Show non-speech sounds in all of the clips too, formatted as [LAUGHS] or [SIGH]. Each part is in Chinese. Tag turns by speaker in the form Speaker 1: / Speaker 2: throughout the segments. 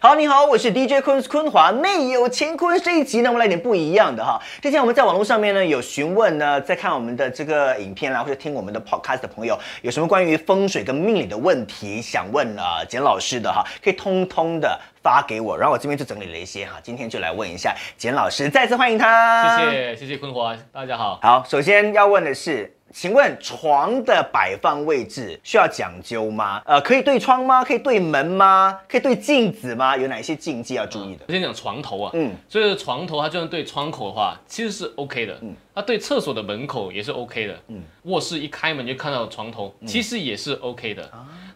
Speaker 1: 好，你好，我是 DJ 坤坤华，内有乾坤。这一集呢，我们来点不一样的哈。之前我们在网络上面呢有询问呢，在看我们的这个影片啦，或者听我们的 podcast 的朋友，有什么关于风水跟命理的问题想问啊、呃、简老师的哈，可以通通的发给我，然后我这边就整理了一些哈，今天就来问一下简老师，再次欢迎他。
Speaker 2: 谢。谢谢谢坤华，大家好。
Speaker 1: 好，首先要问的是。请问床的摆放位置需要讲究吗？呃，可以对窗吗？可以对门吗？可以对镜子吗？有哪一些禁忌要注意的？
Speaker 2: 我先讲床头啊，
Speaker 1: 嗯，
Speaker 2: 所以床头它就算对窗口的话，其实是 OK 的，嗯，它对厕所的门口也是 OK 的，嗯，卧室一开门就看到床头，其实也是 OK 的。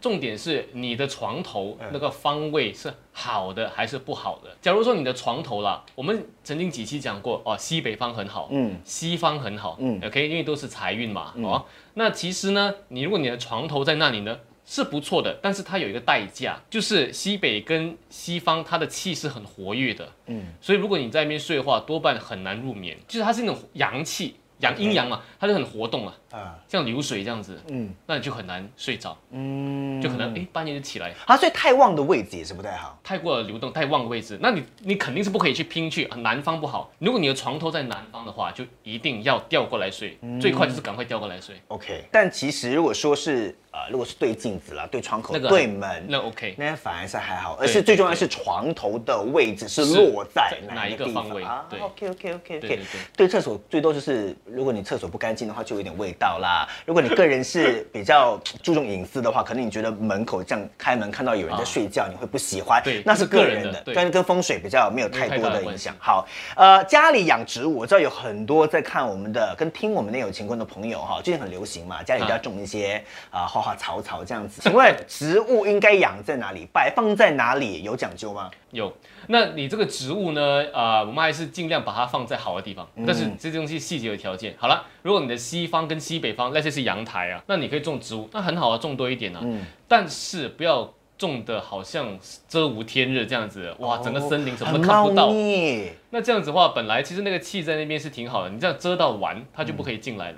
Speaker 2: 重点是你的床头那个方位是好的还是不好的？假如说你的床头啦，我们曾经几期讲过哦，西北方很好，
Speaker 1: 嗯，
Speaker 2: 西方很好，
Speaker 1: 嗯
Speaker 2: ，OK，因为都是财运嘛，哦，那其实呢，你如果你的床头在那里呢，是不错的，但是它有一个代价，就是西北跟西方它的气是很活跃的，
Speaker 1: 嗯，
Speaker 2: 所以如果你在那边睡的话，多半很难入眠，就是它是那种阳气，阳阴阳嘛，它就很活动啊，
Speaker 1: 啊，
Speaker 2: 像流水这样子，
Speaker 1: 嗯
Speaker 2: 那你就很难睡着，
Speaker 1: 嗯，
Speaker 2: 就可能诶半夜就起来。
Speaker 1: 啊，所以太旺的位置也是不太好。
Speaker 2: 太过的流动、太旺的位置，那你你肯定是不可以去拼去啊。南方不好，如果你的床头在南方的话，就一定要调过来睡，
Speaker 1: 嗯
Speaker 2: 最快就是赶快调过来睡，
Speaker 1: OK，但其实如果说是呃，如果是对镜子啦、对窗口、
Speaker 2: 那个
Speaker 1: 对门，
Speaker 2: 那 OK。
Speaker 1: 那反而是还好，而
Speaker 2: 对
Speaker 1: 是最重要的是床头的位置是落在
Speaker 2: 在
Speaker 1: 哪
Speaker 2: 哪
Speaker 1: 一
Speaker 2: 一
Speaker 1: 个
Speaker 2: 个
Speaker 1: 地方
Speaker 2: 方位
Speaker 1: 啊
Speaker 2: 对
Speaker 1: ？OK OK OK
Speaker 2: 对对
Speaker 1: OK
Speaker 2: 对。
Speaker 1: 对厕所最多就是，如果你厕所不干净的话，就有点味道啦。如果你个人是比较注重隐私的话，可能你觉得门口这样开门看到有人在睡觉，你会不喜欢
Speaker 2: 啊对，
Speaker 1: 那是个
Speaker 2: 这是个
Speaker 1: 人
Speaker 2: 人
Speaker 1: 的
Speaker 2: 的，对
Speaker 1: 但跟风水比较没有太
Speaker 2: 没有
Speaker 1: 多
Speaker 2: 太大
Speaker 1: 的
Speaker 2: 的
Speaker 1: 影
Speaker 2: 关系
Speaker 1: 响。好，呃，家里养植物，我知道有很多在看我们的跟听我们内有乾坤的朋友哈，最近很流行嘛，家里都要
Speaker 2: 啊
Speaker 1: 种一些啊、花花草草这样子。请
Speaker 2: [LAUGHS]
Speaker 1: 问植物应该养在哪里，摆放在哪里有讲究吗？
Speaker 2: 有，那你这个植物呢？啊、我们还是尽量把它放在好的地方，
Speaker 1: 嗯
Speaker 2: 但是这东西细节有条件。好了，如果你的西方跟西北方那些是阳台啊，那你可以种植物，那很好啊，种多一点啊。
Speaker 1: 嗯
Speaker 2: 但是不要种的好像遮无天日这样子，哇，整个森林什么
Speaker 1: 哦很
Speaker 2: 都看不
Speaker 1: 茂
Speaker 2: 到。
Speaker 1: 密
Speaker 2: 那这样子的话，本来其实那个气在那边是挺好的，你这样遮到完，它就不可以进来了。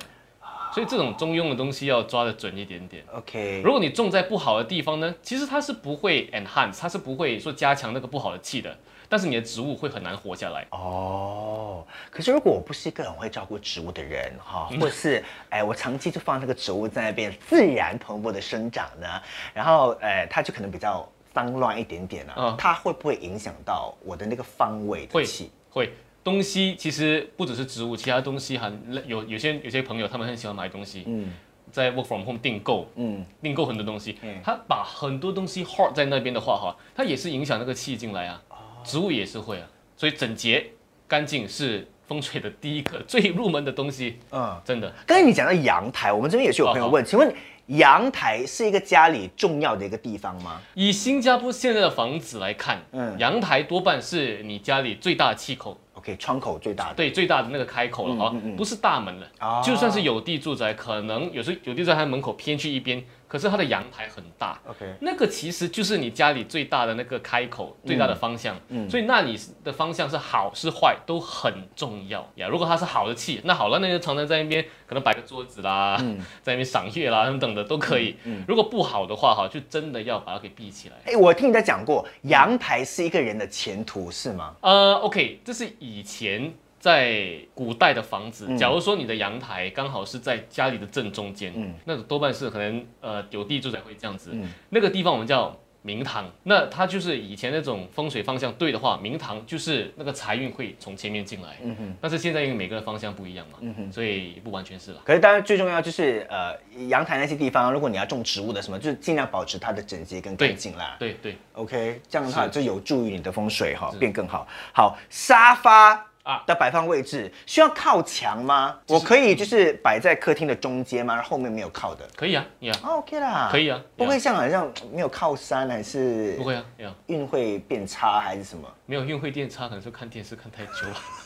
Speaker 2: 所以这种中庸的东西要抓得准一点点。
Speaker 1: OK，
Speaker 2: 如果你种在不好的地方呢，其实它是不会 enhance，它是不会说加强那个不好的气的，但是你的植物会很难活下来。
Speaker 1: 哦，可是如果我不是一个很会照顾植物的人哈，
Speaker 2: 嗯
Speaker 1: 或是哎我长期就放那个植物在那边自然蓬勃的生长呢，然后哎它就可能比较脏乱一点点啊，
Speaker 2: 嗯
Speaker 1: 它会不会影响到我的那个方位的
Speaker 2: 会
Speaker 1: 气？
Speaker 2: 会东西其实不只是植物，其他东西还有有些有些朋友他们很喜欢买东西，
Speaker 1: 嗯
Speaker 2: 在 work from home 订购，
Speaker 1: 嗯，
Speaker 2: 订购很多东西
Speaker 1: 嗯，
Speaker 2: 他把很多东西 hoard 在那边的话，哈，它也是影响那个气进来啊，
Speaker 1: 哦
Speaker 2: 植物也是会啊，所以整洁干净是风水的第一个最入门的东西，
Speaker 1: 嗯，
Speaker 2: 真的。
Speaker 1: 刚才你讲到阳台，我们这边也是有朋友问，请问阳台是一个家里重要的一个地方吗？
Speaker 2: 以新加坡现在的房子来看，
Speaker 1: 嗯
Speaker 2: 阳台多半是你家里最大的气口，
Speaker 1: ？OK，窗口最大的。
Speaker 2: 对，最大的那个开口了哈，不是大门
Speaker 1: 啊
Speaker 2: 了，就算是有地住宅，可能有时有地住宅它门口偏去一边，可是它的阳台很大，
Speaker 1: OK，
Speaker 2: 那个其实就是你家里最大的那个开口，最大的方向。所以那你的方向是好是坏都很重要呀。如果它是好的气，那好了，那就常常在那边可能摆个桌子啦，在那边赏月啦等等的都可以。如果不好的话哈，就真的要把它给闭起来。
Speaker 1: 哎，我听你在讲过，阳台是一个人的前途是吗？
Speaker 2: 呃，OK，这是以前在古代的房子。假如说你的阳台刚好是在家里的正中间，那多半是可能呃有地住宅会这样子。那个地方我们叫明堂，那它就是以前那种风水方向对的话，明堂就是那个财运会从前面进来。但是现在因为每个人方向不一样嘛，所以也不完全是了。
Speaker 1: 可是当然最重要就是呃，阳台那些地方，如果你要种植物的什么，就是尽量保持它的整洁跟干净啦。
Speaker 2: 对对
Speaker 1: OK，这样的话
Speaker 2: 是
Speaker 1: 就有助于你的风水哈、
Speaker 2: 是
Speaker 1: 变更好。好，沙发。
Speaker 2: 啊
Speaker 1: 的摆放位置需要靠墙吗？我可以就是摆在客厅的中间吗？然后后面没有靠的、
Speaker 2: 可以啊，呀、
Speaker 1: 啊 o k 啦，
Speaker 2: 可以啊
Speaker 1: 不会像好像没有靠山，还是
Speaker 2: 不会啊，呀、
Speaker 1: 运会变差还是什么？
Speaker 2: 没有运会电差，可能是看电视看太久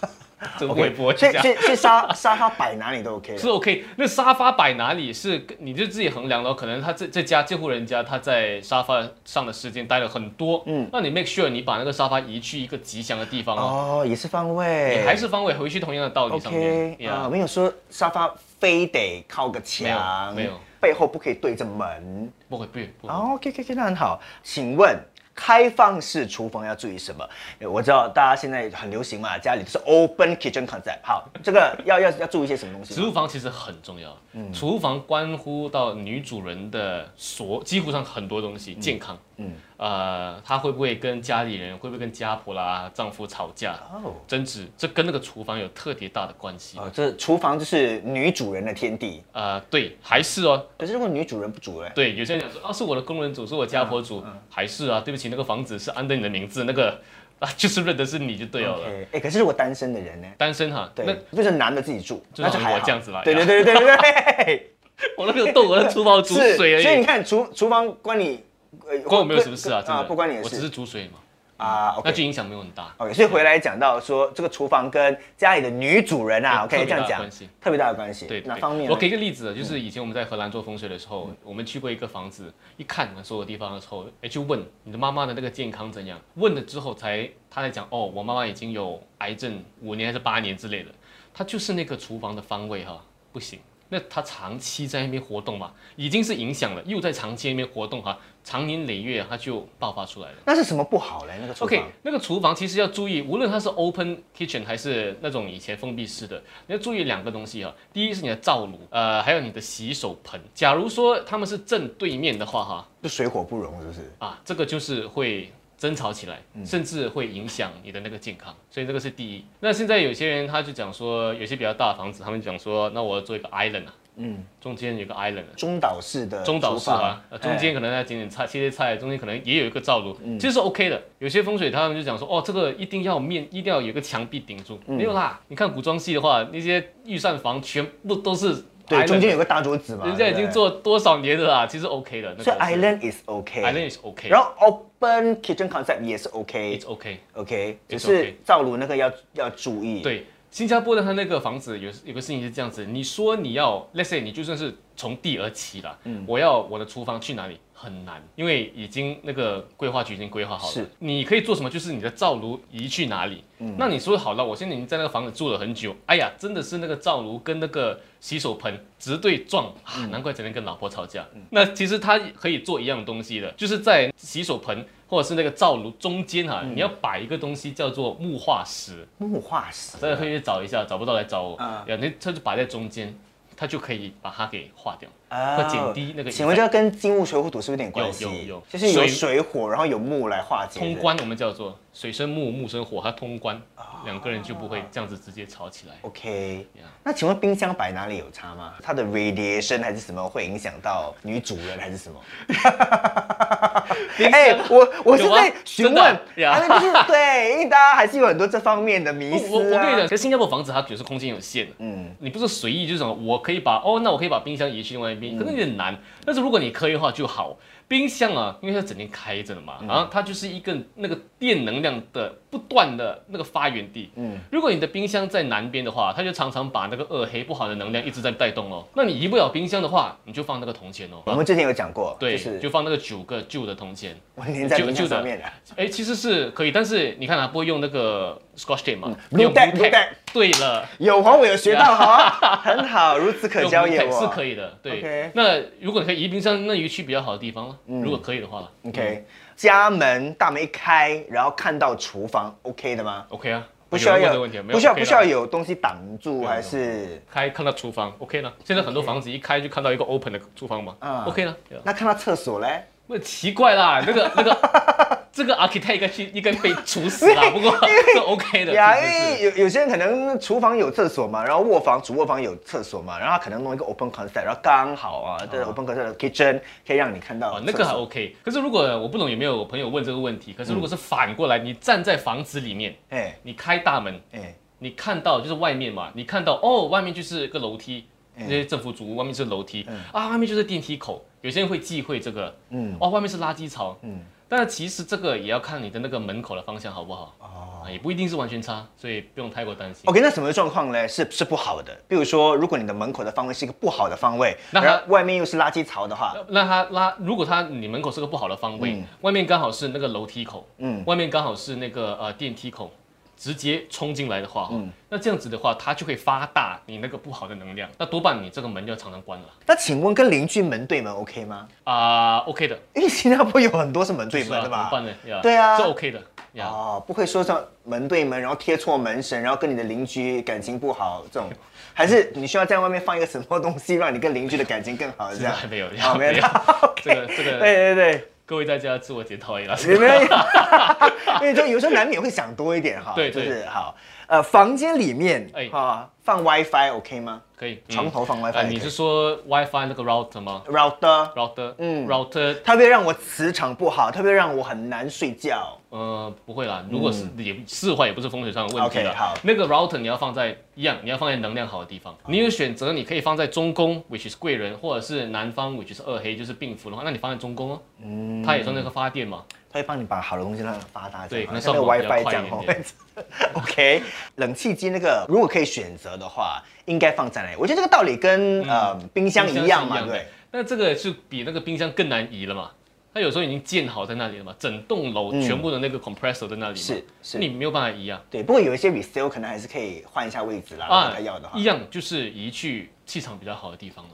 Speaker 2: 了，真会播
Speaker 1: 所
Speaker 2: [LAUGHS] 这
Speaker 1: 以
Speaker 2: 样
Speaker 1: 所。以所以沙沙发摆哪里都 OK 了
Speaker 2: 是 OK，那沙发摆哪里是你就自己衡量了。可能他这这家这户人家他在沙发上的时间待了很多，嗯，那你 make sure 你把那个沙发移去一个吉祥的地方哦，
Speaker 1: 哦，也是方位，
Speaker 2: 你还是方位回去同样的道理上面
Speaker 1: OK 啊、
Speaker 2: ，yeah，
Speaker 1: 没有说沙发非得靠个墙，
Speaker 2: 没有没有
Speaker 1: 背后不可以对着门。
Speaker 2: 不会不会不会，
Speaker 1: 啊哦，OK OK OK，那很好。请问开放式厨房要注意什么？我知道大家现在很流行嘛，家里都是 open kitchen concept。好，这个要要要注意一些什么东西
Speaker 2: 储
Speaker 1: 吗？
Speaker 2: 物房其实很重要，
Speaker 1: 嗯
Speaker 2: 储物房关乎到女主人的所几乎上很多东西，健康，
Speaker 1: 嗯
Speaker 2: 呃，她会不会跟家里人，会不会跟家婆啦、丈夫吵架、
Speaker 1: 哦
Speaker 2: 争执，这跟那个厨房有特别大的关系。
Speaker 1: 哦，这厨房就是女主人的天地。
Speaker 2: 呃，对，还是哦，
Speaker 1: 可是如果女主人不煮嘞，
Speaker 2: 对，有些人讲说啊，是我的工人组，是我家
Speaker 1: 嗯
Speaker 2: 婆组，还是啊，对不起，那个房子是安的你的名字，那个啊，就是认得是你就对了。
Speaker 1: 哎、诶可是如果单身的人呢？
Speaker 2: 单身哈，
Speaker 1: 对
Speaker 2: 那，
Speaker 1: 就是男的自己住，
Speaker 2: 就
Speaker 1: 那
Speaker 2: 像
Speaker 1: 就还
Speaker 2: 我
Speaker 1: 好
Speaker 2: 这样子啦
Speaker 1: 对对对对对对对。
Speaker 2: 我都没有动
Speaker 1: [LAUGHS]
Speaker 2: 我的厨房煮
Speaker 1: 是，
Speaker 2: 水而
Speaker 1: 所以你
Speaker 2: 已，
Speaker 1: 看厨厨房关你，呃
Speaker 2: 关我没有什么事啊，真
Speaker 1: 啊，
Speaker 2: 的，
Speaker 1: 不关你的
Speaker 2: 我只
Speaker 1: 事
Speaker 2: 是煮水嘛，
Speaker 1: 啊。
Speaker 2: 那
Speaker 1: OK
Speaker 2: 就影响没有很大。
Speaker 1: OK，所以回来讲到说这个厨房跟家里的女主人啊
Speaker 2: 对
Speaker 1: ，OK 这样
Speaker 2: 特别大的
Speaker 1: 讲
Speaker 2: 关系，
Speaker 1: 特别大的关系。
Speaker 2: 对，
Speaker 1: 哪
Speaker 2: 对
Speaker 1: 方面呢？嗯
Speaker 2: 我给一个例子，就是以前我们在荷兰做风水的时候，我们去过一个房子，一看完所有地方的时候，哎，去问你的妈妈的那个健康怎样，问了之后才他才讲，哦，我妈妈已经有癌症五年还是八年之类的，他就是那个厨房的方位哈、不行。那他长期在那边活动嘛，已经是影响了，又在长期那边活动哈、长年累月他就爆发出来了。
Speaker 1: 那是什么不好嘞？那个厨
Speaker 2: OK，
Speaker 1: 房
Speaker 2: 那个厨房其实要注意，无论它是 open kitchen 还是那种以前封闭式的，你要注意两个东西哈、哦第一是你的灶炉，呃，还有你的洗手盆。假如说他们是正对面的话哈，
Speaker 1: 就水火不容，是不是？
Speaker 2: 啊，这个就是会争吵起来，
Speaker 1: 嗯
Speaker 2: 甚至会影响你的那个健康。所以这个是第一。那现在有些人他就讲说，有些比较大的房子，他们讲说，那我要做一个 island 啊，
Speaker 1: 嗯，
Speaker 2: 中间有个 island 啊。
Speaker 1: 中岛式的
Speaker 2: 中岛式啊，
Speaker 1: 厨
Speaker 2: 呃
Speaker 1: 房
Speaker 2: 中
Speaker 1: 哎嗯
Speaker 2: 间可能要剪点菜、切切菜，中间可能也有一个灶炉，其实是 OK 的。有些风水他们就讲说，哦，这个一定要面，一定要有一个墙壁顶
Speaker 1: 嗯
Speaker 2: 住，没有啦。你看古装戏的话，那些御膳房全部都是
Speaker 1: 对，
Speaker 2: island
Speaker 1: 中间有个大桌子嘛，
Speaker 2: 人家已经
Speaker 1: 对
Speaker 2: 做多少年了啊，其实 OK 的。那
Speaker 1: 不对，所
Speaker 2: 个
Speaker 1: 以
Speaker 2: 是
Speaker 1: island is OK。
Speaker 2: island is OK，
Speaker 1: 然
Speaker 2: 后
Speaker 1: 后 open kitchen concept 也是 OK，OK，、
Speaker 2: it's OK。
Speaker 1: 只
Speaker 2: It's
Speaker 1: 是
Speaker 2: OK
Speaker 1: 灶炉那个要要注意。
Speaker 2: 对，新加坡的他那个房子有有个事情是这样子，你说你要，let's say 你就算是从地而起了，我要我的厨房去哪里很难，因为已经那个规划局已经规划好了，
Speaker 1: 是
Speaker 2: 你可以做什么，就是你的灶炉移去哪里。那你说好了，我现在已经在那个房子住了很久，哎呀，真的是那个灶炉跟那个洗手盆直对撞，啊、难怪整天跟老婆吵架。那其实他可以做一样东西的，就是在洗手盆。或者是那个灶炉中间啊，你要摆一个东西叫做木化石。
Speaker 1: 木化石，
Speaker 2: 真的可以去找一下，找不到来找我。
Speaker 1: 嗯
Speaker 2: 啊，那它就摆在中间，它就可以把它给化掉。
Speaker 1: 啊
Speaker 2: 会减低那个
Speaker 1: 请问这个跟金木水火土是不是有点关系？
Speaker 2: 有有有
Speaker 1: 就是有
Speaker 2: 水
Speaker 1: 水火，然后有木来化解。
Speaker 2: 通关我们叫做水生木，木生火，它通关，两个人就不会这样子直接吵起来。
Speaker 1: OK，
Speaker 2: Yeah
Speaker 1: 那请问冰箱摆哪里有差吗？它的 radiation 还是什么会影响到女主人还是
Speaker 2: [LAUGHS]
Speaker 1: 什么？哎、我我是
Speaker 2: 有吗
Speaker 1: 在询
Speaker 2: 真的
Speaker 1: 问
Speaker 2: 啊，呀
Speaker 1: 啊，那就是 [LAUGHS] 对，因为大家还是有很多这方面的迷思、啊、
Speaker 2: 我我我跟你讲，其实新加坡房子它有时空间有限的，
Speaker 1: 嗯
Speaker 2: 嗯，你不是随意就是什么，我可以把哦，那我可以把冰箱移去另外一
Speaker 1: 嗯
Speaker 2: 边，可能有点难。但是如果你可以的话就好。冰箱啊，因为它整天开着的嘛，
Speaker 1: 嗯
Speaker 2: 然后它就是一个那个电能量的不断的那个发源地。
Speaker 1: 嗯
Speaker 2: 嗯，如果你的冰箱在南边的话，它就常常把那个二黑不好的能量一直在带动哦。那你移不了冰箱的话，你就放那个铜钱哦。
Speaker 1: 我们之前有讲过，
Speaker 2: 对，
Speaker 1: 嗯就是
Speaker 2: 就放那个九个旧的铜钱。
Speaker 1: 我粘在
Speaker 2: 就
Speaker 1: 冰箱
Speaker 2: 就的
Speaker 1: 上面的。
Speaker 2: 哎，其实是可以，但是你看啊，不会用那个 scotch tape 嘛，
Speaker 1: 嗯
Speaker 2: 用
Speaker 1: Blue tape，
Speaker 2: blue
Speaker 1: blue tape
Speaker 2: 对了。
Speaker 1: 有黄我有学到，好啊，很好，孺子可
Speaker 2: [LAUGHS] 用
Speaker 1: 教
Speaker 2: 冰
Speaker 1: 也
Speaker 2: 袋
Speaker 1: 我。
Speaker 2: 是可以的，
Speaker 1: OK 嗯
Speaker 2: 对。那如果你可以移冰箱，那移去比较好的地方了。如果可以的话了嗯
Speaker 1: OK，家门大门一开，然后看到厨房，OK 的吗？
Speaker 2: ，OK 啊，
Speaker 1: 不需要
Speaker 2: 有人问
Speaker 1: 有
Speaker 2: 这个问题啊，没有
Speaker 1: 不需要
Speaker 2: OK
Speaker 1: 不
Speaker 2: 啦
Speaker 1: 需要有东西挡住，
Speaker 2: 没有
Speaker 1: 还是
Speaker 2: 开看到厨房 OK 了。现在很多房子一开就看到一个 open 的厨房嘛
Speaker 1: 嗯
Speaker 2: ，OK 了。对啊
Speaker 1: 那看到厕所嘞？
Speaker 2: 那奇怪啦，那个那个
Speaker 1: [LAUGHS]
Speaker 2: 这个 architect 应该去应该被处死啦，不过这 OK 的，
Speaker 1: 呀，哎因
Speaker 2: 其实
Speaker 1: 为
Speaker 2: 是
Speaker 1: 有有些人可能厨房有厕所嘛，然后卧房主卧房有厕所嘛，然后他可能弄一个 open concept，然后刚好啊，这个 open concept 的 kitchen 可以让你看到
Speaker 2: 哦，那个还
Speaker 1: 厕所
Speaker 2: OK。可是如果我不懂有没有朋友问这个问题，可是
Speaker 1: 嗯
Speaker 2: 如果是反过来，你站在房子里面，
Speaker 1: 哎
Speaker 2: 你开大门，
Speaker 1: 哎
Speaker 2: 你看到就是外面嘛，你看到哦，外面就是个楼梯，那些政府主屋外面是楼梯、啊，外面就是电梯口。有些人会忌讳这个，
Speaker 1: 嗯
Speaker 2: 嗯，哦，外面是垃圾槽，
Speaker 1: 嗯
Speaker 2: 嗯，但是其实这个也要看你的那个门口的方向好不好，
Speaker 1: 哦
Speaker 2: 哦、也不一定是完全差，所以不用太过担心。
Speaker 1: ，OK，那什么状况嘞是是不好的？比如说，如果你的门口的方位是一个不好的方位，
Speaker 2: 那
Speaker 1: 然后外面又是垃圾槽的话，
Speaker 2: 那他拉，如果他你门口嗯是个不好的方位，外面刚好是那个楼梯口，
Speaker 1: 嗯
Speaker 2: 嗯，外面刚好是那个呃电梯口，直接冲进来的话，嗯，那这样子的话，它就会发大你那个不好的能量，那多半你这个门就要常常关了
Speaker 1: 那请问跟邻居门对门 OK 吗？
Speaker 2: 啊、o k 的，
Speaker 1: 因为新加坡有很多是门对
Speaker 2: 是啊
Speaker 1: 门的
Speaker 2: 怎么
Speaker 1: 吧？
Speaker 2: 办呢？Yeah，
Speaker 1: 对啊
Speaker 2: 这 OK 的呀。
Speaker 1: 哦，不会说上门对门，然后贴错门神，然后跟你的邻居感情不好这种，还是你需要在外面放一个什么东西，让你跟邻居的感情更好？这样
Speaker 2: 还啊没有
Speaker 1: 好，啊哦没有。
Speaker 2: 这个这
Speaker 1: 对 [LAUGHS]
Speaker 2: 个，
Speaker 1: 对对，
Speaker 2: 各位在家自我检讨一下。
Speaker 1: 有没有？ [LAUGHS] 因为就有时候难免会想多一点哈，
Speaker 2: 对
Speaker 1: 就
Speaker 2: 对
Speaker 1: 是好。呃，房间里面
Speaker 2: 哎
Speaker 1: 啊放 WiFi OK 吗？
Speaker 2: 可以，嗯
Speaker 1: 床头放
Speaker 2: 呃
Speaker 1: WiFi，
Speaker 2: 你是说 WiFi 那个 router 吗
Speaker 1: router，
Speaker 2: ？router，
Speaker 1: 嗯
Speaker 2: 嗯，router，
Speaker 1: 它会让我磁场不好，它会让我很难睡觉。
Speaker 2: 呃，不会啦，如果是也是坏，也不是风水上的问题
Speaker 1: 嗯 OK，好
Speaker 2: 啦。那个 router 你要放在一样，你要放在能量好的地方。你有选择，你可以放在中宫，which is 贵人，或者是南方，which is 二黑，就是病符的话，那你放在中宫哦。嗯，它也算那个发电嘛。
Speaker 1: 它会帮你把好的东西让它发达，
Speaker 2: 对可能
Speaker 1: 像那个
Speaker 2: 上网比较
Speaker 1: WiFi 这
Speaker 2: 快
Speaker 1: 样
Speaker 2: 一
Speaker 1: 哦 [LAUGHS]
Speaker 2: 点点。
Speaker 1: OK，冷气机那个如果可以选择的话，应该放在哪里？我觉得这个道理跟、呃冰箱一样嘛，
Speaker 2: 嗯冰箱是一样的
Speaker 1: 对。
Speaker 2: 那这个是比那个冰箱更难移了嘛？它有时候已经建好在那里了嘛，整栋楼全部的那个 compressor 在那里嘛，
Speaker 1: 嗯是是
Speaker 2: 你没有办法移啊。
Speaker 1: 对。不过有一些 resale 可能还是可以换一下位置啦，如果他啊要的话
Speaker 2: 啊一。样就是移去气场比较好的地方了。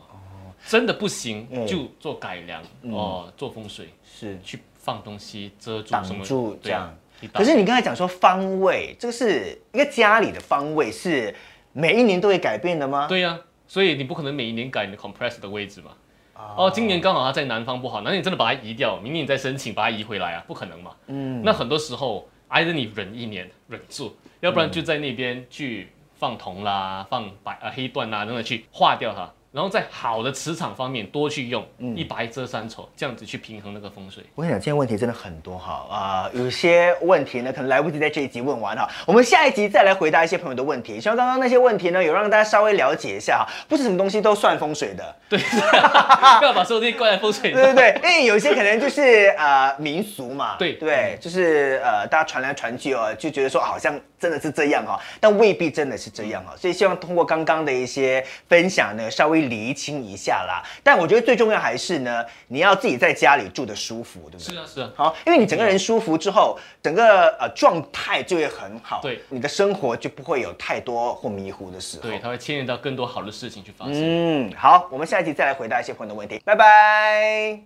Speaker 2: 真的不行、
Speaker 1: 哦嗯
Speaker 2: 就做改良哦、做风水
Speaker 1: 是
Speaker 2: 去放东西遮住
Speaker 1: 挡
Speaker 2: 什么，
Speaker 1: 住这
Speaker 2: 对啊
Speaker 1: 样。
Speaker 2: 你挡
Speaker 1: 可是你刚才讲说方位，这个是一个家里的方位是每一年都会改变的吗？
Speaker 2: 对呀、所以你不可能每一年改你的 compress 的位置嘛。
Speaker 1: 啊
Speaker 2: 哦，今年刚好它在南方不好，那你真的把它移掉，明年你再申请把它移回来啊，不可能嘛。嗯，那很多时候挨着你忍一年，忍住，要不然就在那边去放铜啦、放白呃黑缎啦，等等去化掉它，然后在好的磁场方面多去用，
Speaker 1: 嗯
Speaker 2: 一白遮三丑，这样子去平衡那个
Speaker 1: [LAUGHS]
Speaker 2: 风水。
Speaker 1: 我跟你讲，今天问题真的很多哈啊、有些问题呢可能来不及在这一集问完哈，我们下一集再来回答一些朋友的问题。希望刚刚那些问题呢，有让大家稍微了解一下哈，不是什么东西都算风水的， [LAUGHS]
Speaker 2: 对，不要把所有东西怪在风水
Speaker 1: 对对对，
Speaker 2: 上。
Speaker 1: [LAUGHS] 因为有一些可能就是呃民俗嘛，
Speaker 2: 对
Speaker 1: 对，就是呃大家传来传去哦，就觉得说好像真的是这样哈、但未必真的是这样哈、所以希望通过刚刚的一些分享呢，稍微厘清一下啦。但我觉得最重要还是呢，你要自己在家里住的舒服，对不对？
Speaker 2: 是啊，是啊。
Speaker 1: 好，因为你整个人舒服之后，整个呃状态就会很好，
Speaker 2: 对
Speaker 1: 你的生活就不会有太多或迷糊的时候。
Speaker 2: 对，它会牵连到更多好的事情去发生。
Speaker 1: 嗯，好，我们下一集再来回答一些朋友的问题，拜拜。